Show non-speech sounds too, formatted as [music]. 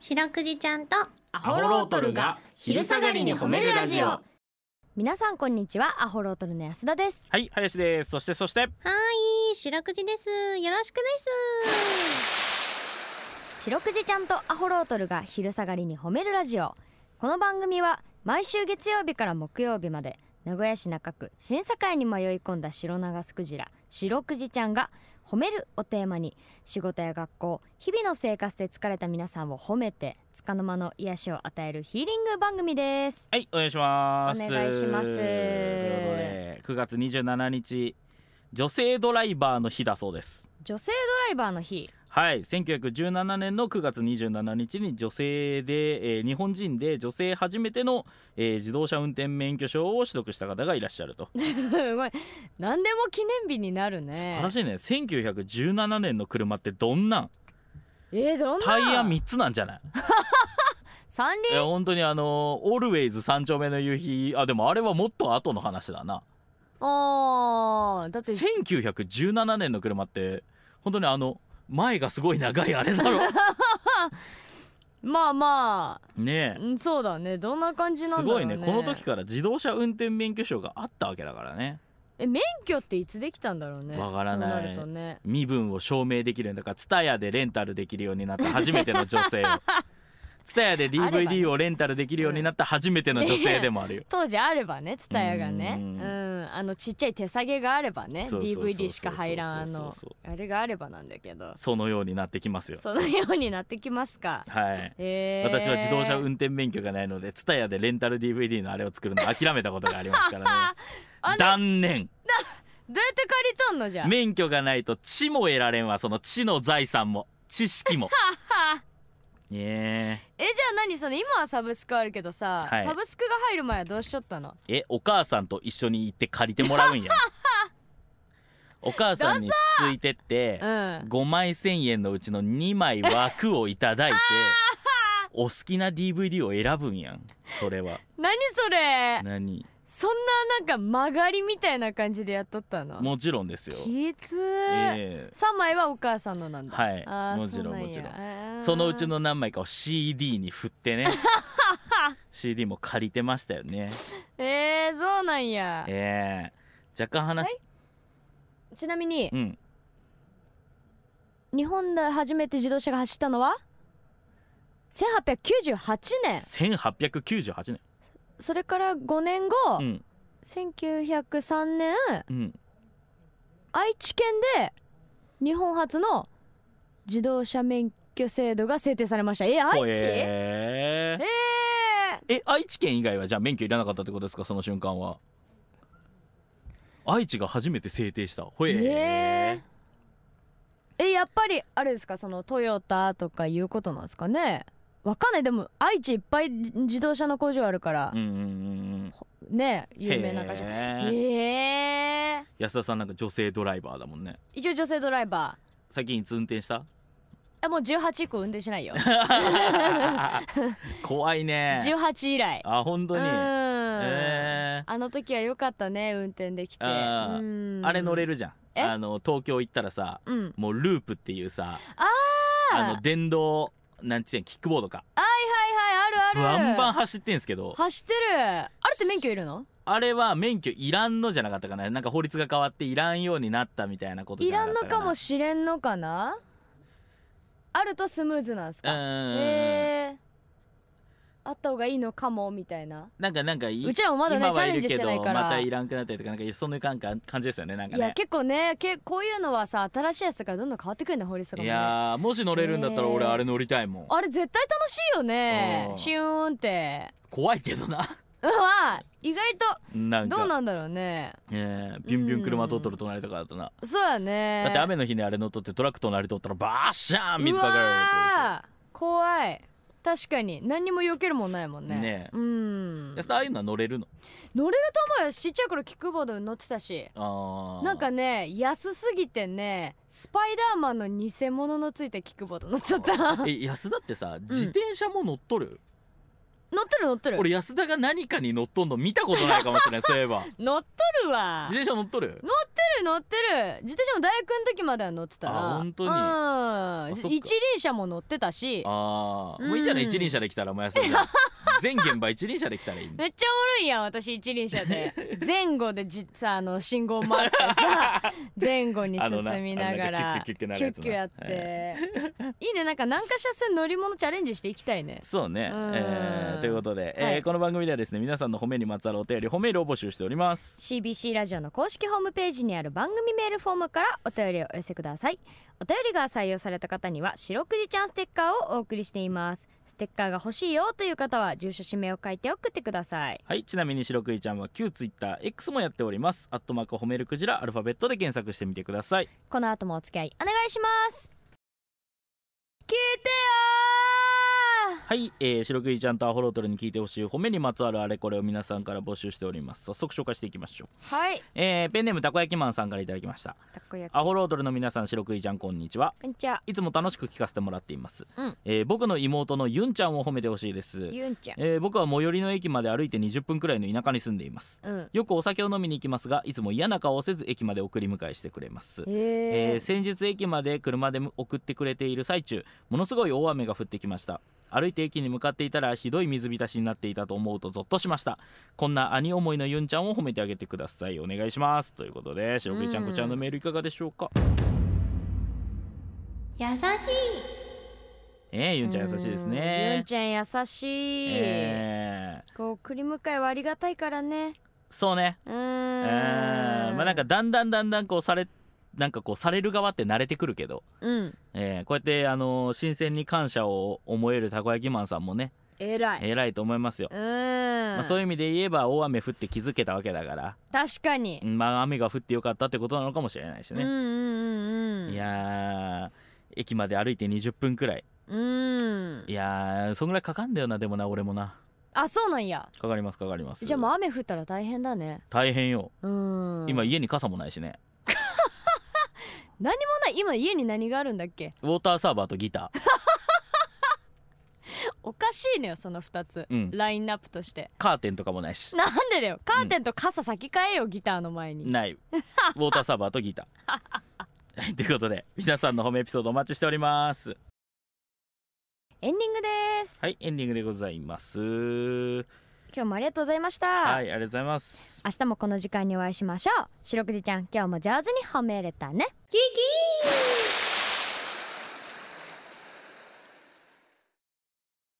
白くじちゃんとアホロートルが昼下がりに褒めるラジオ皆さんこんにちはアホロートルの安田ですはい林ですそしてそしてはい白くじですよろしくです白くじちゃんとアホロートルが昼下がりに褒めるラジオこの番組は毎週月曜日から木曜日まで名古屋市中区審査会に迷い込んだ白長スクジラ白くじちゃんが褒めるおテーマに仕事や学校日々の生活で疲れた皆さんを褒めて束の間の癒しを与えるヒーリング番組ですはいお願いしますお願いしますということで9月27日女性ドライバーの日だそうです女性ドライバーの日 [laughs] はい1917年の9月27日に女性で、えー日本人で女性初めての、えー自動車運転免許証を取得した方がいらっしゃると、すごい何でも記念日になるね素晴らしいね1917年の車ってどんなんえー、どんなタイヤ3つなんじゃない三輪いや本当にあのオルウェイズ三丁目の夕日あでもあれはもっと後の話だなあーだって1917年の車って本当にあの前がすごい長いあれだ [laughs] ろまあまあねえうんそうだねどんな感じなすんだろうごねいねこの時から自動車運転免許証があったわけだからねえ免許っていつできたんだろうねわからないそうなるとね身分を証明できるんだから TSUTAYA でレンタルできるようになった初めての女 [laughs] 性 TSUTAYA あでればね DVD をレンタルできるようになった初めての女性でも [laughs] あるよ当時あればねツタヤがねううんんあのちっちゃい手提げがあればねそうそうそうそう DVD しか入らんあのそうそうあれがあればなんだけどそのようになってきますよそのようになってきますかはいえー、私は自動車運転免許がないので TSUTAYA でレンタル DVD のあれを作るのを諦めたことがありますからね [laughs] あの断念どうやって借りとんのじゃ免許がないと地も得られんわその地の財産も知 [laughs] 識もはねえじゃあ何その今はサブスクあるけどさ、はいサブスクが入る前はどうしちゃったのええお母さんと一緒に行って借りてもら [laughs] うんやお母さんについてってうん5枚1,000円のうちの2枚枠をいただいて [laughs] お好きな DVD を選ぶんやんそれは何それ [laughs] 何そんななんか曲がりみたいな感じでやっとったのもちろんですよ、きつー、ええ三枚はお母さんのなんだはいあーもちろんそうなんやもちろんあーそのうちの何枚かを CD に振って [laughs] ね CD も借りてましたよねえー、そうなんやええ若干話、ちなみにうん日本で初めて自動車が走ったのは1898年1898年それから5年後、うん1903年うん愛知県で日本初の自動車免許制度が制定されましたえ愛知ええー、ーえ愛知県以外はじゃあ免許いらなかったってことですかその瞬間は愛知が初めて制定したほえーえーえやっぱりあれですかそのトヨタとかいうことなんですかねわかんないでも愛知いっぱい自自動車の工場あるからうんうんうんねうん有名な会社へーえー安田さんなんか女性ドライバーだもんね一応女性ドライバー最近いつ運転したあもう18以降運転しない [laughs] よ怖いね18以来あ本当にうんえーあの時は良かったね運転できてあうんあれ乗れるじゃんえあの東京行ったらさうんもうループっていうさああの電動なんちゅうねんキックボードかはいはいはいあるあるバンバン走ってんすけど走ってるあれって免許いるのあれは免許いらんのじゃなかったかななんか法律が変わっていらんようになったみたいなこといじゃらなんかのったかかなもしれんのかなあるとスムーズなんですうかんうんうへんえあった方がいいのかもみたいななんかなんかいうちらもまだ今ねチはャレいンるジけしてどないからまたいらんくなったりとかなんかそんな感感じですよねなんかいやね結構ねけこういうのはさ新しいやつとかどんどん変わってくるんだ法律とかいもねやーもし乗れるんだったら俺へーあれ乗りたいもんあれ絶対楽しいよねうんシューンって [laughs] 怖いけどな [laughs] うわ意外となんかどうなんだろうねえービュンビュン車通っとる隣とかだとなそうやねだって雨の日にあれ乗っとってトラック隣通ったらバーシャーン水うかかるわわー怖い確かに何にも避けるもんないもんねねえうんけですよ安田ああいうのは乗れるの乗れると思うよちっちゃい頃キックボード乗ってたしあーなんかね安すぎてねスパイダーマンの偽物のついたキックボード乗っちゃったえ安田ってさ自転車も乗っとる、乗っとる乗っとる俺安田が何かに乗っとんの見たことないかもし [laughs] れないそういえば乗っとるわ自転車乗っとる乗ってる自転車も大学の時までは乗ってたなあ本当にうんそっか一輪車も乗ってたしああもういいんじゃないうん一輪車で来たらもう安田 [laughs] が全現場一輪車で来たらいいんだめっちゃおもろいやん私一輪車で前後で実はあの信号待ってさ前後に進みながあのなあのらキュッキュッキュッキュッなるキュやッつなキュやっていいねなんか何かしらそういう乗り物チャレンジしていきたいねそうね、うんえーということで、えーはいこの番組ではですね皆さんの褒めにまつわるお便り褒めるを募集しております CBC ラジオの公式ホームページにある番組メールフォームからお便りをお寄せくださいお便りが採用された方には白くじちゃんステッカーをお送りしていますステッカーが欲しいよという方は住所氏名を書いて送ってくださいはいちなみに白くいちゃんは旧 TwitterX もやっておりますアットマーク褒めるクジラアルファベットで検索してみてくださいこの後もお付き合いお願いします聞いてよはい、えー、白くいちゃんとアホロートルに聞いてほしい褒めにまつわるあれこれを皆さんから募集しております早速紹介していきましょう、ーはいえーペンネームたこ焼きマンさんからいただきましたたこ焼きアホロートルの皆さん白くいちゃんこんにちはこんにちはいつも楽しく聞かせてもらっています、うんえー僕の妹のユンちゃんを褒めてほしいですゆんちゃんえー僕は最寄りの駅まで歩いて20分くらいの田舎に住んでいますうんよくお酒を飲みに行きますがいつも嫌な顔をせず駅まで送り迎えしてくれますへえーえ先日駅まで車で送ってくれている最中ものすごい大雨が降ってきました歩いて駅に向かっていたらひどい水浸しになっていたと思うとゾッとしましたこんな兄思いのユンちゃんを褒めてあげてくださいお願いしますということで白栗ちゃんうんこちゃんのメールいかがでしょうか、優しいえー、ユンちゃん優しいですねゆんちゃん優しい、えーこう送り迎えはありがたいからねそうねうーんうーんまあなんかだんだんだんだんこうされなんかこうされる側って慣れてくるけど、うんえーこうやってあのー新鮮に感謝を思えるたこ焼きマンさんもね偉い偉いと思いますようーん、まあ、そういうう意味で言えば大雨降って気づけたわけだから、確かに、まあ雨が降ってよかったってことなのかもしれないしうんうね、んうんうんいやー駅まで歩いて20分くらいうんいやーそんぐらいかかんだよなでもな俺もなあそうなんやかかりますかかりますじゃあもう雨降ったら大変だね大変ようん今も家に傘もないしねない今家に何があるんだっけウォーターサーバーとギターおかしいのよその2つ、うんラインナップとして [laughs] カーテンとかもないしなんでだよカーテンと傘先替えよ、ギターの前に [laughs] ないウォーターサーバーとギターはいということで皆さんの褒めエピソードお待ちしておりますエンディングです、はいエンディングでございますは今日もありがとうございました、いありがとうございます明日もこの時間にお会いしましょう白くじちゃん今日も上手に褒めれたねキキー